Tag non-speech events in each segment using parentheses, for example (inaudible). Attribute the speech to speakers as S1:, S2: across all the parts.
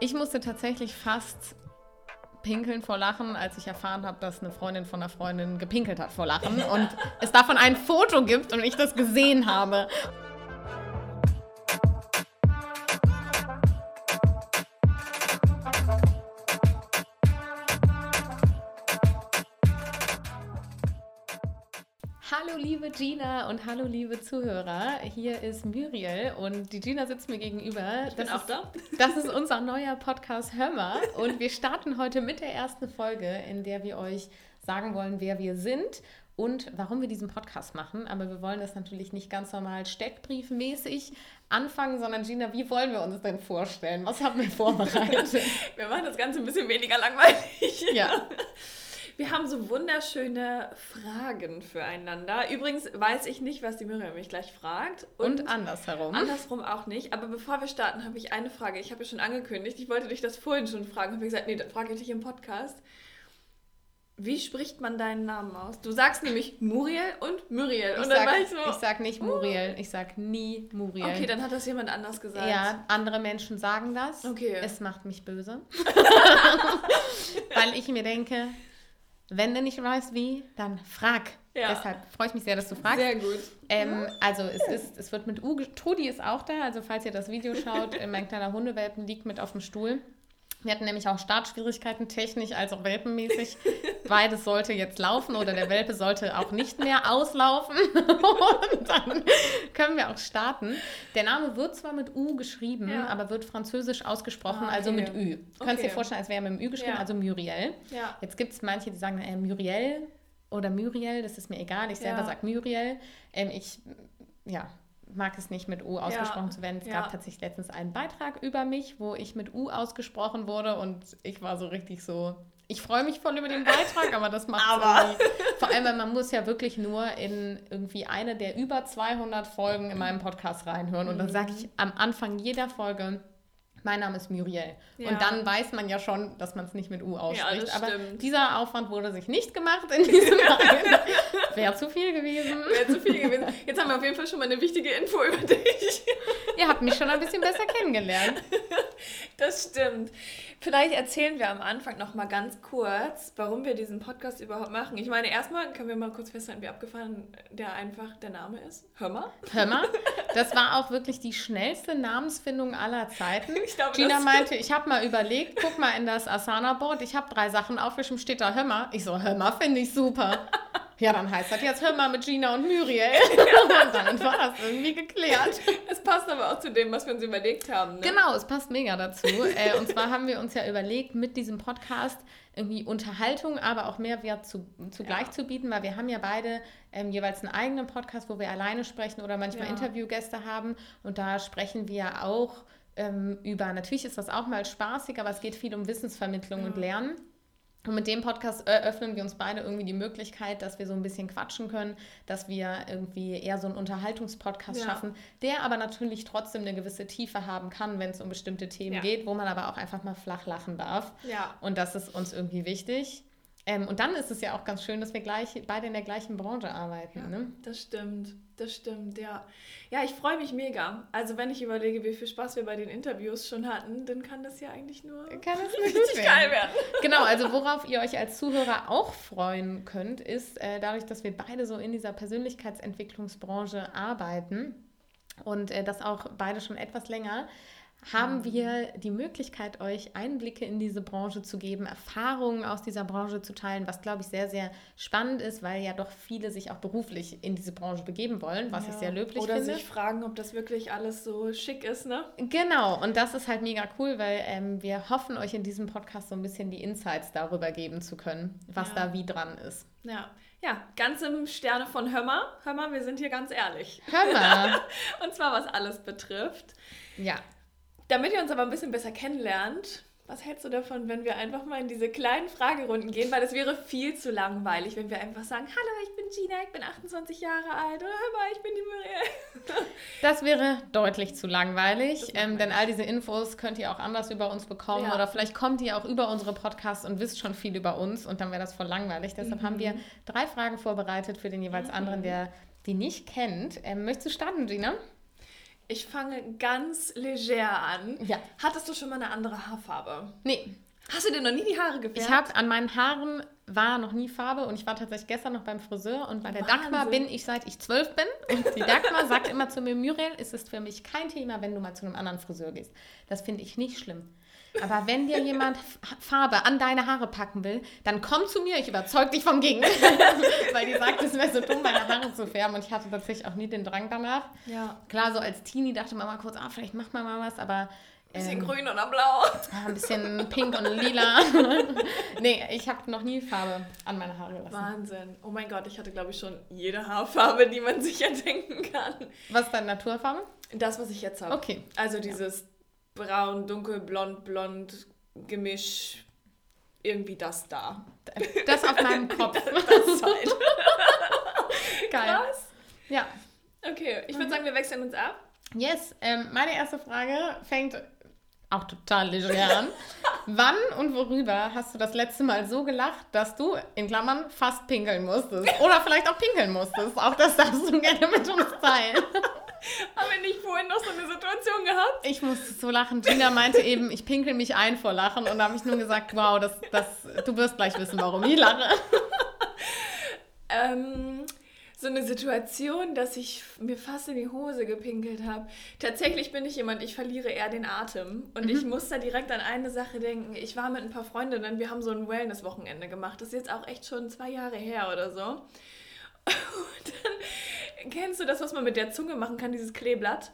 S1: Ich musste tatsächlich fast pinkeln vor Lachen, als ich erfahren habe, dass eine Freundin von einer Freundin gepinkelt hat vor
S2: (laughs)
S1: Lachen und es davon ein Foto gibt und ich das gesehen habe. Hallo liebe Gina und hallo liebe Zuhörer. Hier ist Muriel und die Gina sitzt mir gegenüber.
S2: Ich bin
S1: Das
S2: auch
S1: ist-
S2: da.
S1: Das ist unser neuer Podcast Hör mal und wir starten heute mit der ersten Folge, in der wir euch sagen wollen, wer wir sind und warum wir diesen Podcast machen. Aber wir wollen das natürlich nicht ganz normal steckbriefmäßig anfangen, sondern Gina, wie wollen wir uns denn vorstellen? Was haben wir (laughs) vorbereitet?
S2: Wir machen das Ganze ein bisschen weniger langweilig.
S1: ja,
S2: (laughs) Wir haben so wunderschöne Fragen füreinander. Übrigens weiß ich nicht, was die Miriam mich gleich fragt.
S1: und, andersherum.
S2: andersrum auch nicht. Aber bevor wir starten, habe ich eine Frage. Ich habe ja schon angekündigt, ich wollte dich das vorhin schon fragen. Habe ich gesagt, nee, dann frage ich dich im Podcast. Wie spricht man deinen Namen aus? Du sagst nämlich Muriel und Muriel.
S1: ich,
S2: und dann
S1: sag,
S2: war ich so,
S1: ich sag nicht Muriel, ich sag nie Muriel.
S2: okay, dann hat das jemand anders gesagt.
S1: Ja, andere Menschen sagen das.
S2: Okay.
S1: Es macht mich böse. (laughs) Weil ich mir denke, wenn du nicht weißt wie, dann frag.
S2: Ja.
S1: Deshalb freue ich mich sehr, dass du fragst.
S2: Sehr gut.
S1: Ähm, also es ist, es wird mit U. ge- Trudi ist auch da, also falls ihr das Video schaut, äh, mein kleiner Hundewelpen liegt mit auf dem Stuhl. Wir hatten nämlich auch Startschwierigkeiten, technisch als auch
S2: (laughs)
S1: welpenmäßig. Beides sollte jetzt laufen oder der Welpe sollte auch nicht mehr auslaufen. (laughs) Und dann können wir auch starten. Der Name wird zwar mit U geschrieben,
S2: Ja.
S1: aber wird französisch ausgesprochen,
S2: Ah, okay.
S1: also mit Ü. Du kannst
S2: Okay.
S1: dir vorstellen, als wäre mit dem Ü geschrieben,
S2: Ja.
S1: also Muriel.
S2: Ja.
S1: Jetzt gibt es manche, die sagen äh, Muriel oder Muriel, das ist mir egal. Ich selber
S2: Ja.
S1: sage Muriel. Ähm, ich ja, mag es nicht mit U ausgesprochen
S2: Ja.
S1: zu werden. Es
S2: Ja.
S1: gab tatsächlich letztens einen Beitrag über mich, wo ich mit U ausgesprochen wurde und ich war so richtig so. Ich freue mich voll über den Beitrag, aber das macht
S2: Aber.
S1: Vor allem, weil man muss ja wirklich nur in irgendwie eine der über 200 Folgen in meinem Podcast reinhören. Und dann
S2: Mhm.
S1: sage ich am Anfang jeder Folge, mein Name ist Muriel.
S2: Ja.
S1: Und dann weiß man ja schon, dass man es nicht mit U ausspricht.
S2: das
S1: aber
S2: stimmt.
S1: dieser Aufwand wurde sich nicht gemacht in
S2: (laughs)
S1: diesem einen. Wäre zu viel gewesen.
S2: Wäre zu viel gewesen. Jetzt haben wir auf jeden Fall schon mal eine wichtige Info über dich.
S1: Ihr habt mich schon ein bisschen besser kennengelernt.
S2: Das stimmt. Vielleicht erzählen wir am Anfang noch mal ganz kurz, warum wir diesen Podcast überhaupt machen. Ich meine, erstmal können wir mal kurz festhalten, wie abgefahren der einfach der Name ist. Hör mal. (laughs)
S1: Hör mal, das war auch wirklich die schnellste Namensfindung aller Zeiten.
S2: Ich glaube,
S1: Gina
S2: das-
S1: meinte, ich habe mal überlegt, guck mal in das Asana-Board, ich habe drei Sachen aufgeschrieben, steht da Hör mal. Ich so, Hör mal, finde ich super. Ja, dann heißt das jetzt Hör mal mit Gina und Muriel.
S2: (laughs)
S1: Und damit war das irgendwie geklärt.
S2: Es passt aber auch zu dem, was wir uns überlegt haben. Ne?
S1: Genau, es passt mega
S2: (laughs)
S1: dazu. äh, und zwar haben wir uns ja überlegt, mit diesem Podcast irgendwie Unterhaltung, aber auch Mehrwert zu, zugleich
S2: Ja.
S1: zu bieten, weil wir haben ja beide ähm, jeweils einen eigenen Podcast, wo wir alleine sprechen oder manchmal
S2: Ja.
S1: Interviewgäste haben. Und da sprechen wir auch ähm, über, natürlich ist das auch mal spaßig, aber es geht viel um Wissensvermittlung und Lernen. Und mit dem Podcast äh, öffnen wir uns beide irgendwie die Möglichkeit, dass wir so ein bisschen quatschen können, dass wir irgendwie eher so einen Unterhaltungspodcast
S2: Ja.
S1: schaffen, der aber natürlich trotzdem eine gewisse Tiefe haben kann, wenn es um bestimmte Themen
S2: Ja.
S1: geht, wo man aber auch einfach mal flach lachen darf.
S2: Ja.
S1: Und das ist uns irgendwie wichtig. Ähm, und dann ist es ja auch ganz schön, dass wir gleich beide in der gleichen Branche arbeiten.
S2: Ja,
S1: Ne?
S2: Das stimmt, das stimmt, ja. Ja, ich freue mich mega. Also wenn ich überlege, wie viel Spaß wir bei den Interviews schon hatten, dann kann das ja eigentlich nur
S1: Kann es nicht
S2: (laughs) richtig
S1: werden.
S2: geil werden.
S1: Genau, also worauf ihr euch als Zuhörer auch freuen könnt, ist äh, dadurch, dass wir beide so in dieser Persönlichkeitsentwicklungsbranche arbeiten und äh, das auch beide schon etwas länger,
S2: Mhm.
S1: haben wir die Möglichkeit, euch Einblicke in diese Branche zu geben, Erfahrungen aus dieser Branche zu teilen, was, glaube ich, sehr, sehr spannend ist, weil ja doch viele sich auch beruflich in diese Branche begeben wollen, was ich
S2: Ja.
S1: sehr löblich
S2: Oder
S1: finde.
S2: sich fragen, ob das wirklich alles so schick ist, ne?
S1: Genau, und das ist halt mega cool, weil ähm, wir hoffen, euch in diesem Podcast so ein bisschen die Insights darüber geben zu können, was
S2: Ja.
S1: da wie dran ist.
S2: Ja, ja, ganz im Sterne von Hömmer. Hömmer, wir sind hier ganz ehrlich.
S1: Hör
S2: (laughs)
S1: mal.
S2: Und zwar was alles betrifft.
S1: ja,
S2: Damit ihr uns aber ein bisschen besser kennenlernt, was hältst du davon, wenn wir einfach mal in diese kleinen Fragerunden gehen? Weil das wäre viel zu langweilig, wenn wir einfach sagen, hallo, ich bin Gina, ich bin 28 Jahre alt oder Hömmer, ich bin die Muriel.
S1: das wäre deutlich zu langweilig,
S2: Das macht
S1: ähm, denn all diese Infos könnt ihr auch anders über uns bekommen
S2: Ja.
S1: oder vielleicht kommt ihr auch über unsere Podcasts und wisst schon viel über uns und dann wäre das voll langweilig. Deshalb haben
S2: Mhm.
S1: wir drei Fragen vorbereitet für den jeweils anderen, der die nicht kennt. Ähm, möchtest du starten, Gina?
S2: Ich fange ganz leger an.
S1: Ja.
S2: Hattest du schon mal eine andere Haarfarbe?
S1: Nee,
S2: Hast du dir noch nie die Haare gefärbt?
S1: ich habe an meinen Haaren war noch nie Farbe und ich war tatsächlich gestern noch beim Friseur und bei der
S2: Wahnsinn.
S1: Dagmar bin ich seit ich zwölf bin und die Dagmar (laughs) sagt immer zu mir, Muriel, es ist für mich kein Thema, wenn du mal zu einem anderen Friseur gehst. Das finde ich nicht schlimm. Aber wenn
S2: (laughs)
S1: dir jemand F- Farbe an deine Haare packen will, dann komm zu mir, ich überzeug dich vom Gegenteil. (laughs) Weil die sagt, es wäre so dumm, meine Haare zu färben und ich hatte tatsächlich auch nie den Drang danach.
S2: Ja.
S1: Klar, so als Teenie dachte man mal kurz, ah, vielleicht macht man mal was, aber...
S2: Ein bisschen
S1: ähm,
S2: grün oder blau.
S1: Ah, Ein bisschen pink und lila. nee, ich habe noch nie Farbe an meine Haare gelassen.
S2: Wahnsinn. Oh mein Gott, ich hatte, glaube ich, schon jede Haarfarbe, die man sich (laughs) erdenken kann.
S1: Was ist deine Naturfarbe?
S2: Das, was ich jetzt habe.
S1: Okay.
S2: Also dieses braun, dunkel, blond, blond, Gemisch. Irgendwie das da.
S1: Das auf meinem Kopf. (laughs)
S2: Das halt.
S1: Geil.
S2: Krass.
S1: Ja.
S2: Okay, ich würde sagen, wir wechseln uns ab.
S1: Yes, ähm, meine erste Frage fängt auch total leger an. Wann und worüber hast du das letzte Mal so gelacht, dass du, in Klammern, fast pinkeln musstest? Oder vielleicht auch pinkeln musstest. Auch das darfst du gerne mit uns teilen.
S2: Haben wir nicht vorhin noch so eine Situation gehabt?
S1: Ich musste so lachen. Gina meinte eben, ich pinkel mich ein vor Lachen. Und da habe ich nur gesagt, wow, das, das, du wirst gleich wissen, warum ich lache.
S2: Ähm, so eine Situation, dass ich mir fast in die Hose gepinkelt habe. Tatsächlich bin ich jemand, ich verliere eher den Atem. Und ich muss da direkt an eine Sache denken. Ich war mit ein paar Freundinnen, wir haben so ein Wellness-Wochenende gemacht. Das ist jetzt auch echt schon zwei Jahre her oder so. (laughs) Und dann kennst du das, was man mit der Zunge machen kann, dieses Kleeblatt?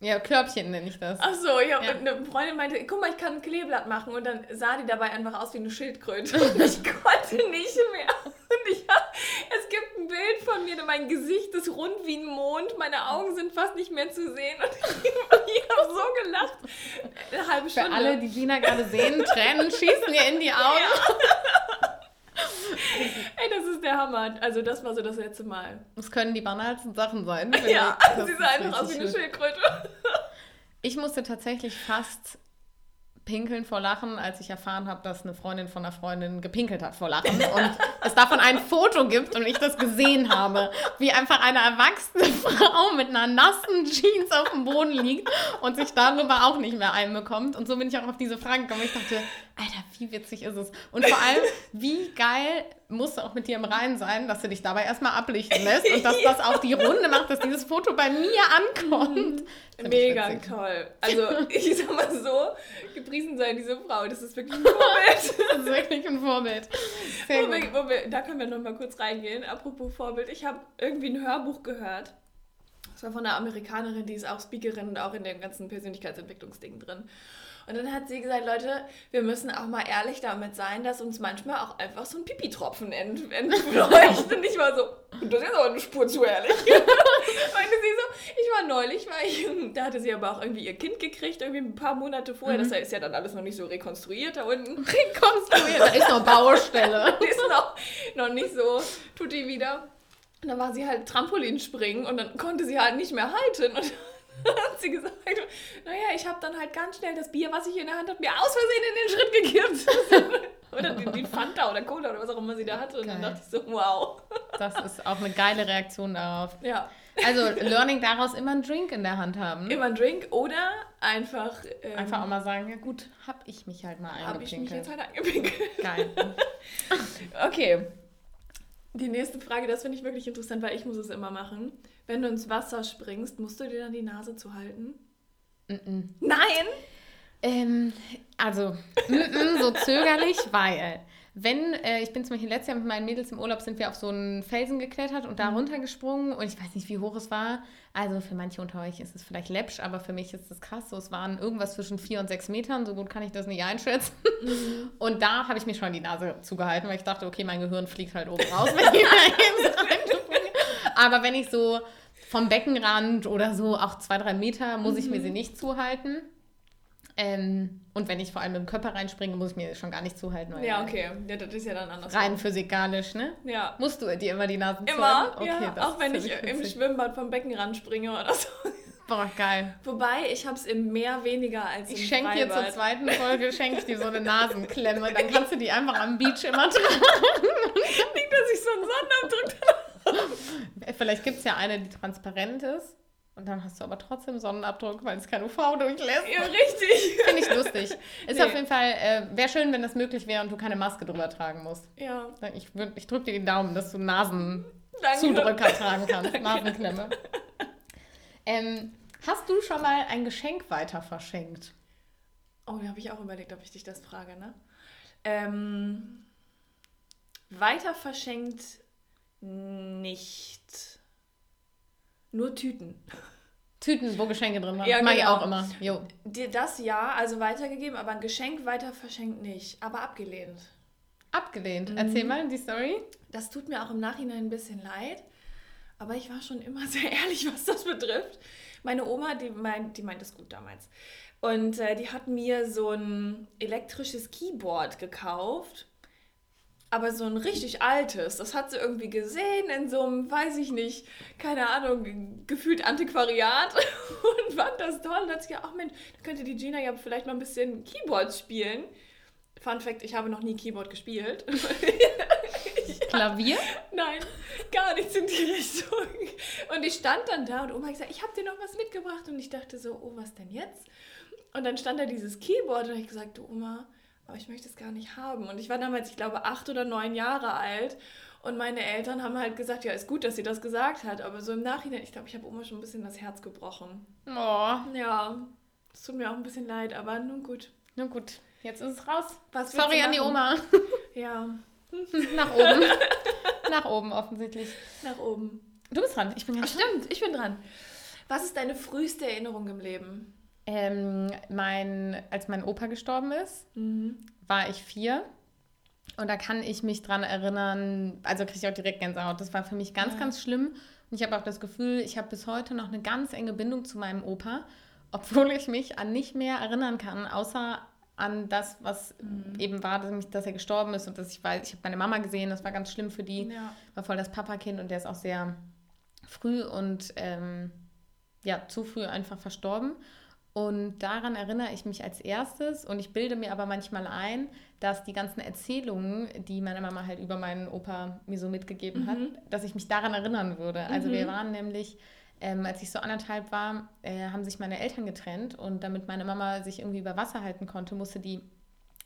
S1: Ja, Körbchen nenne ich das.
S2: Ach so, ja,
S1: Ja.
S2: Und eine Freundin meinte, guck mal, ich kann ein Kleeblatt machen. Und dann sah die dabei einfach aus wie eine
S1: (laughs)
S2: Schildkröte. Und ich konnte nicht mehr. Und ich hab, es gibt ein Bild von mir, mein Gesicht ist rund wie ein Mond, meine Augen sind fast nicht mehr zu sehen. Und (laughs) ich habe so gelacht. Eine halbe
S1: Für
S2: Stunde.
S1: alle, die Gina gerade sehen, Tränen schießen ihr in die Augen.
S2: (laughs) Ey, das ist der Hammer. Also das war so das letzte Mal.
S1: Das können die banalsten Sachen sein. finde
S2: Ja,
S1: ich. Das
S2: sie
S1: ist
S2: sah einfach aus wie
S1: richtig
S2: eine
S1: schön.
S2: Schildkröte.
S1: Ich musste tatsächlich fast pinkeln vor Lachen, als ich erfahren habe, dass eine Freundin von einer Freundin gepinkelt hat vor Lachen und es davon ein Foto gibt und ich das gesehen habe, wie einfach eine erwachsene (laughs) Frau mit einer nassen Jeans auf dem Boden liegt und sich darüber auch nicht mehr einbekommt. Und so bin ich auch auf diese Frage gekommen. Ich dachte, Alter, wie witzig ist es? Und vor allem, wie geil musst du auch mit dir im Reinen sein, dass du dich dabei erstmal ablichten lässt und dass das auch die Runde macht, dass dieses Foto bei mir ankommt. Find ich
S2: Mega
S1: witzig.
S2: toll. Also ich sag mal so, gepriesen sei diese Frau. Das ist wirklich
S1: (laughs)
S2: ein Vorbild.
S1: Das ist wirklich ein Vorbild. Sehr
S2: Wo
S1: gut.
S2: wir, wo wir, da können wir nochmal kurz reingehen. Apropos Vorbild, ich habe irgendwie ein Hörbuch gehört. Das war von einer Amerikanerin, die ist auch Speakerin und auch in dem ganzen Persönlichkeitsentwicklungsding drin. Und dann hat sie gesagt, Leute, wir müssen auch mal ehrlich damit sein, dass uns manchmal auch einfach so ein Pipi-Tropfen
S1: (laughs)
S2: ent entfleucht. Und ich war so, das ist aber eine Spur zu ehrlich. Meinte sie so, ich war neulich, weil ich, (laughs) da hatte sie aber auch irgendwie ihr Kind gekriegt, irgendwie ein paar Monate vorher. Das ist ja dann alles noch nicht so rekonstruiert da unten.
S1: Mhm. Rekonstruiert. Da ist noch Baustelle.
S2: (laughs) Die ist noch, noch nicht so, tut die wieder. Und dann war sie halt Trampolinspringen und dann konnte sie halt nicht mehr halten. Und (laughs) dann hat sie gesagt, naja, ich habe dann halt ganz schnell das Bier, was ich in der Hand habe, mir aus Versehen in den Schritt gekippt. (laughs) oder die, die Fanta oder Cola oder was auch immer sie da hatte. Und dann
S1: Geil.
S2: dachte ich so, wow.
S1: Das ist auch eine geile Reaktion darauf.
S2: Ja,
S1: Also, Learning daraus immer einen Drink in der Hand haben.
S2: immer ein Drink oder einfach, ähm,
S1: Einfach auch mal sagen, ja gut, hab ich mich halt mal
S2: habe ich mich
S1: eingepinkelt.
S2: jetzt halt angepinkelt.
S1: Geil.
S2: Okay. Die nächste Frage, das finde ich wirklich interessant, weil ich muss es immer machen. Wenn du ins Wasser springst, musst du dir dann die Nase zuhalten?
S1: Mm-mm.
S2: Nein!
S1: Ähm, also, mm-mm, so zögerlich, weil wenn, äh, ich bin zum Beispiel letztes Jahr mit meinen Mädels im Urlaub, sind wir auf so einen Felsen geklettert und da runtergesprungen und ich weiß nicht, wie hoch es war. Also für manche unter euch ist es vielleicht läppsch, aber für mich ist es krass. So, es waren irgendwas zwischen vier und sechs Metern, so gut kann ich das nicht einschätzen. Und da habe ich mir schon die Nase zugehalten, weil ich dachte, okay, mein Gehirn fliegt halt oben raus, (laughs) wenn ich da eben reinspringe. Aber wenn ich so vom Beckenrand oder so auch zwei, drei Meter, muss ich mir
S2: Mhm.
S1: sie nicht zuhalten. Ähm, und wenn ich vor allem mit dem Körper reinspringe, muss ich mir schon gar nicht zuhalten. weil
S2: Oh Ja, okay. Ja, das ist ja dann anders.
S1: Rein physikalisch, ne?
S2: Ja.
S1: Musst du dir immer die Nasen
S2: Immer,
S1: zuhalten?
S2: ja,
S1: das
S2: auch wenn
S1: ist
S2: ich
S1: ziemlich
S2: im
S1: witzig.
S2: Schwimmbad vom Beckenrand springe oder so. (laughs)
S1: Boah, geil.
S2: Wobei, ich habe es im Meer weniger als im
S1: Ich schenke dir zur
S2: Freibad.
S1: zweiten Folge schenk ich dir so
S2: (laughs)
S1: eine Nasenklemme. Dann kannst du die einfach am Beach immer tragen.
S2: Nicht, dass ich so einen Sonnenabdruck
S1: Vielleicht gibt es ja eine, die transparent ist. Und dann hast du aber trotzdem Sonnenabdruck, weil es kein UV durchlässt. (laughs)
S2: Ja, richtig.
S1: Finde ich lustig. Ist
S2: Nee.
S1: auf jeden Fall, äh, wäre schön, wenn das möglich wäre und du keine Maske drüber tragen musst.
S2: Ja,
S1: Ich, würd- ich drücke dir die Daumen, dass du Nasenzudrücker
S2: danke.
S1: tragen kannst, Nasenklemme. Ähm, hast du schon mal ein Geschenk weiter verschenkt?
S2: Oh, da habe ich auch überlegt, ob ich dich das frage, ne? Ähm, weiter verschenkt nicht. Nur Tüten.
S1: Tüten, wo Geschenke drin waren.
S2: Ja,
S1: Mach ich
S2: genau.
S1: auch immer. Jo.
S2: Dir das ja, also weitergegeben, aber ein Geschenk weiter verschenkt nicht, aber abgelehnt.
S1: Abgelehnt.
S2: Mhm.
S1: Erzähl mal die Story.
S2: Das tut mir auch im Nachhinein ein bisschen leid, aber ich war schon immer (laughs) sehr ehrlich, was das betrifft. Meine Oma, die meint, die meint das gut damals. Und äh, die hat mir so ein elektrisches Keyboard gekauft, aber so ein richtig altes. Das hat sie irgendwie gesehen in so einem, weiß ich nicht, keine Ahnung, ge- gefühlt Antiquariat (laughs) und fand das toll. Und hat sich gedacht, ach Mensch, da könnte die Gina ja vielleicht mal ein bisschen Keyboard spielen. Fun Fact, ich habe noch nie Keyboard gespielt.
S1: Klavier?
S2: Nein, gar nichts in die Richtung. Und ich stand dann da und Oma hat gesagt, ich habe dir noch was mitgebracht. Und ich dachte so, oh, was denn jetzt? Und dann stand da dieses Keyboard und ich gesagt, du Oma, aber ich möchte es gar nicht haben. Und ich war damals, ich glaube, acht oder neun Jahre alt. Und meine Eltern haben halt gesagt, ja, ist gut, dass sie das gesagt hat. Aber so im Nachhinein, ich glaube, ich habe Oma schon ein bisschen das Herz gebrochen.
S1: Oh,
S2: Ja, es tut mir auch ein bisschen leid, aber nun gut.
S1: na gut. Jetzt ist es raus.
S2: Was willst
S1: Sorry
S2: du
S1: an die
S2: machen?
S1: Oma.
S2: Ja,
S1: (laughs) Nach
S2: (laughs)
S1: oben. Nach oben offensichtlich.
S2: nach oben.
S1: Du bist dran. Ich bin ganz
S2: Stimmt, ich bin dran. Was ist deine früheste Erinnerung im Leben?
S1: Ähm, mein, als mein Opa gestorben ist,
S2: Mhm.
S1: war ich vier. Und da kann ich mich dran erinnern, also kriege ich auch direkt Gänsehaut. Das war für mich ganz,
S2: Ja.
S1: ganz schlimm. Und ich habe auch das Gefühl, ich habe bis heute noch eine ganz enge Bindung zu meinem Opa, obwohl ich mich an nicht mehr erinnern kann, außer an das, was
S2: Mhm.
S1: eben war, dass, mich, dass er gestorben ist und dass ich weiß, ich habe meine Mama gesehen, das war ganz schlimm für die
S2: Ja.
S1: war voll das Papakind und der ist auch sehr früh und ähm, ja, zu früh einfach verstorben. Und daran erinnere ich mich als erstes und ich bilde mir aber manchmal ein, dass die ganzen Erzählungen, die meine Mama halt über meinen Opa mir so mitgegeben hat,
S2: Mhm.
S1: dass ich mich daran erinnern würde. Also
S2: Mhm.
S1: wir waren nämlich, ähm, als ich so anderthalb war, äh, haben sich meine Eltern getrennt und damit meine Mama sich irgendwie über Wasser halten konnte, musste die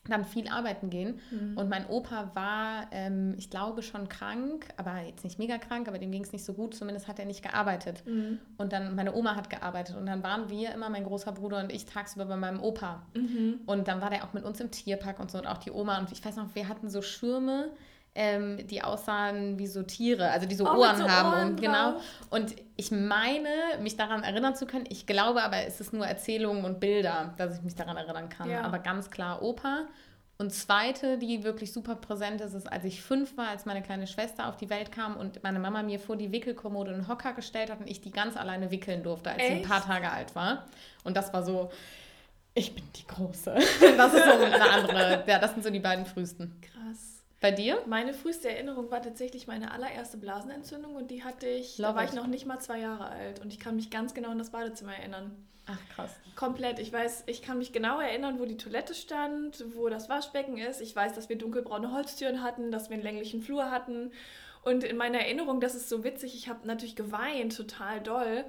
S1: dann viel arbeiten gehen.
S2: Mhm.
S1: Und mein Opa war, ähm, ich glaube, schon krank, aber jetzt nicht mega krank, aber dem ging es nicht so gut. Zumindest hat er nicht gearbeitet.
S2: Mhm.
S1: Und dann, meine Oma hat gearbeitet. Und dann waren wir immer, mein großer Bruder und ich, tagsüber bei meinem Opa.
S2: Mhm.
S1: Und dann war der auch mit uns im Tierpark und so und auch die Oma. Und ich weiß noch, wir hatten so Schirme, ähm, die aussahen wie so Tiere, also die so
S2: Oh, mit
S1: Ohren
S2: so
S1: haben.
S2: Ohren
S1: und genau.
S2: drauf.
S1: Und ich meine, mich daran erinnern zu können. Ich glaube aber, es ist nur Erzählungen und Bilder, dass ich mich daran erinnern kann.
S2: Ja.
S1: Aber ganz klar Opa. Und zweite, die wirklich super präsent ist, ist, als ich fünf war, als meine kleine Schwester auf die Welt kam und meine Mama mir vor die Wickelkommode einen Hocker gestellt hat und ich die ganz alleine wickeln durfte, als sie ein
S2: Echt?
S1: paar Tage alt war. Und das war so, ich bin die
S2: (laughs)
S1: Große. Das ist so eine andere. Ja, das sind so die beiden frühesten.
S2: Krass.
S1: Bei dir?
S2: Meine früheste Erinnerung war tatsächlich meine allererste Blasenentzündung und die hatte ich,
S1: Love
S2: da war
S1: it.
S2: ich noch nicht mal zwei Jahre alt und ich kann mich ganz genau an das Badezimmer erinnern.
S1: Ach, krass.
S2: Komplett. Ich weiß, ich kann mich genau erinnern, wo die Toilette stand, wo das Waschbecken ist. Ich weiß, dass wir dunkelbraune Holztüren hatten, dass wir einen länglichen Flur hatten. Und in meiner Erinnerung, das ist so witzig, ich habe natürlich geweint, total doll.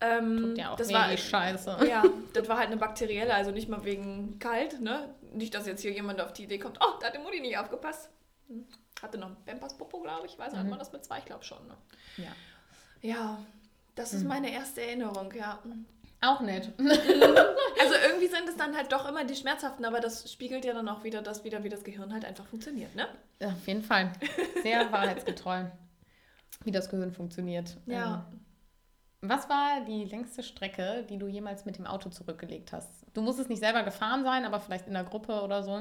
S2: Ähm,
S1: Tut ja auch
S2: das
S1: mega
S2: war
S1: die Scheiße.
S2: Ja, das war halt eine bakterielle, also nicht mal wegen kalt, ne? Nicht, dass jetzt hier jemand auf die Idee kommt, oh, da hat die Mutti nicht aufgepasst. Hm. Hatte noch ein Pampers-Popo, glaube ich. Weiß nicht,
S1: Mhm.
S2: man das mit zwei, ich glaube schon. Ne? Hm.
S1: Ja.
S2: Ja, das ist meine erste Erinnerung, ja.
S1: Auch nett.
S2: Also irgendwie sind es dann halt doch immer die schmerzhaften, aber das spiegelt ja dann auch wieder das wieder, wie das Gehirn halt einfach funktioniert, ne?
S1: Auf jeden Fall.
S2: (laughs)
S1: Sehr wahrheitsgetreu, wie das Gehirn funktioniert.
S2: Ja.
S1: Ähm, Was war die längste Strecke, die du jemals mit dem Auto zurückgelegt hast? Du musst es nicht selber gefahren sein, aber vielleicht in der Gruppe oder so.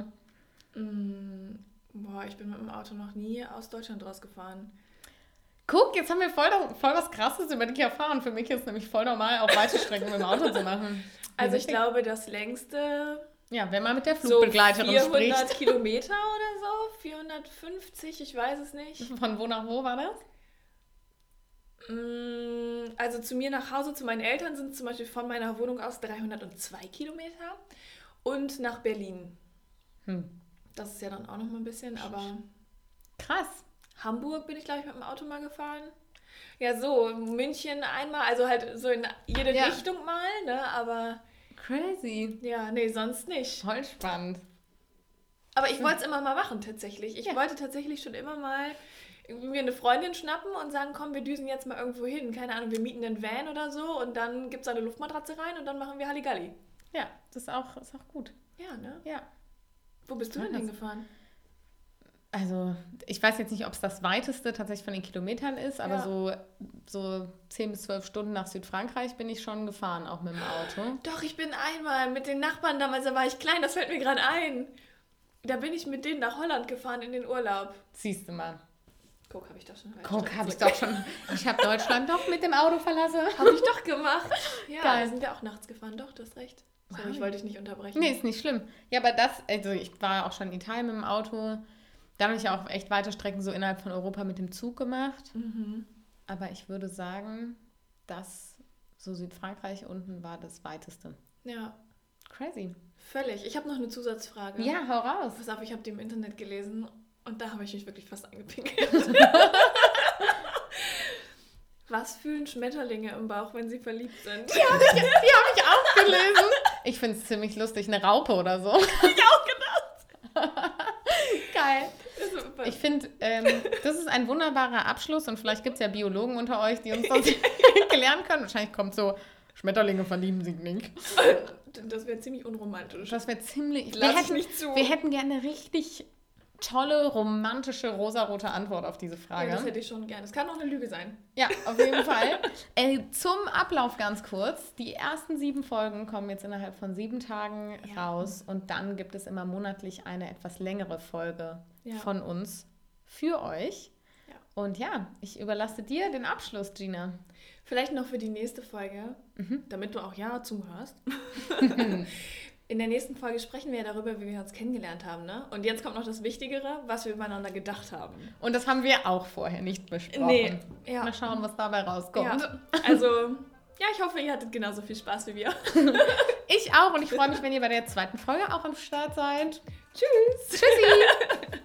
S2: Mm, boah, ich bin mit dem Auto noch nie aus Deutschland rausgefahren.
S1: Guck, jetzt haben wir voll, voll was Krasses über dich erfahren. Für mich ist nämlich voll normal, auch weite Strecken mit dem Auto zu machen.
S2: (laughs) Also ich
S1: Witzig.
S2: glaube, das längste
S1: Ja, wenn man mit der
S2: so
S1: Flugbegleiterin
S2: 400
S1: spricht.
S2: Kilometer oder so, 450, ich weiß es nicht.
S1: (laughs) Von wo nach wo war das?
S2: Mm, Also zu mir nach Hause, zu meinen Eltern sind zum Beispiel von meiner Wohnung aus 302 Kilometer und nach Berlin.
S1: Hm.
S2: Das ist ja dann auch noch mal ein bisschen, aber
S1: Krass.
S2: Hamburg bin ich glaube ich mit dem Auto mal gefahren. Ja, so, München einmal, also halt so in jede
S1: Ja.
S2: Richtung mal, ne? Aber
S1: Crazy.
S2: ja, nee, sonst nicht.
S1: Voll spannend.
S2: Aber ich wollte es immer mal machen tatsächlich. Ich
S1: Hm. Ja.
S2: wollte tatsächlich schon immer mal mir eine Freundin schnappen und sagen, komm, wir düsen jetzt mal irgendwo hin. Keine Ahnung, wir mieten einen Van oder so und dann gibt es eine Luftmatratze rein und dann machen wir Halligalli.
S1: Ja, das ist auch, ist auch gut.
S2: Ja, ne?
S1: Ja.
S2: Wo bist du
S1: Ja,
S2: denn
S1: das-
S2: hingefahren?
S1: Also, ich weiß jetzt nicht, ob es das weiteste tatsächlich von den Kilometern ist, aber
S2: Ja.
S1: so, so 10 bis 12 Stunden nach Südfrankreich bin ich schon gefahren, auch mit dem Auto.
S2: Doch, ich bin einmal mit den Nachbarn damals, da war ich klein, das fällt mir gerade ein. Da bin ich mit denen nach Holland gefahren in den Urlaub.
S1: Siehst du mal.
S2: Guck, habe ich doch schon
S1: Guck, habe ich doch schon. Ich habe Deutschland doch mit dem Auto verlassen.
S2: (laughs) Habe ich doch gemacht. Ja,
S1: Geil.
S2: da sind wir auch nachts gefahren. Doch, du hast recht. Sorry,
S1: Wow.
S2: ich wollte dich nicht unterbrechen.
S1: Nee, ist nicht schlimm. Ja, aber das, also ich war auch schon in Italien mit dem Auto. Da habe ich ja auch echt weite Strecken so innerhalb von Europa mit dem Zug gemacht.
S2: Mhm.
S1: Aber ich würde sagen, dass so Südfrankreich unten war das weiteste.
S2: Ja,
S1: Crazy.
S2: völlig. Ich habe noch eine Zusatzfrage.
S1: Ja, hau raus.
S2: Pass auf, ich habe die im Internet gelesen und da habe ich mich wirklich
S1: (laughs)
S2: fast angepinkelt. Was fühlen Schmetterlinge im Bauch, wenn sie verliebt
S1: (laughs)
S2: sind? Ja,
S1: Die habe ich auch gelesen. Ich finde es ziemlich lustig, eine Raupe oder so.
S2: geil. Das ist super.
S1: Ich finde, ähm, das ist ein wunderbarer Abschluss und vielleicht gibt es ja Biologen unter euch, die uns
S2: (laughs)
S1: das erklären können. Wahrscheinlich kommt so, Schmetterlinge verlieben sich nicht.
S2: das wäre ziemlich unromantisch.
S1: Das wäre ziemlich... Wir
S2: Lass ich
S1: hätten,
S2: nicht zu.
S1: wir hätten gerne eine richtig tolle, romantische, rosarote Antwort auf diese
S2: ja, das
S1: Frage.
S2: hätte ich schon gern. Das kann auch eine Lüge sein.
S1: Ja, auf jeden
S2: (laughs)
S1: Fall. Äh, zum Ablauf ganz kurz. Die ersten sieben Folgen kommen jetzt innerhalb von sieben Tagen
S2: Ja.
S1: raus und dann gibt es immer monatlich eine etwas längere Folge
S2: Ja.
S1: von uns für euch.
S2: Ja.
S1: Und ja, ich überlasse dir den Abschluss, Gina.
S2: Vielleicht noch für die nächste Folge,
S1: Mhm.
S2: damit du auch
S1: (laughs)
S2: ja zuhörst. In der nächsten Folge sprechen wir ja darüber, wie wir uns kennengelernt haben, ne? Und jetzt kommt noch das Wichtigere, was wir übereinander gedacht haben.
S1: Und das haben wir auch vorher nicht besprochen.
S2: Nee, ja.
S1: Mal schauen, was dabei rauskommt.
S2: Ja. Also, ja, ich hoffe, ihr hattet genauso viel Spaß wie wir.
S1: Ich auch und ich freue mich, wenn ihr bei der zweiten Folge auch am Start seid.
S2: Tschüss!
S1: Tschüssi!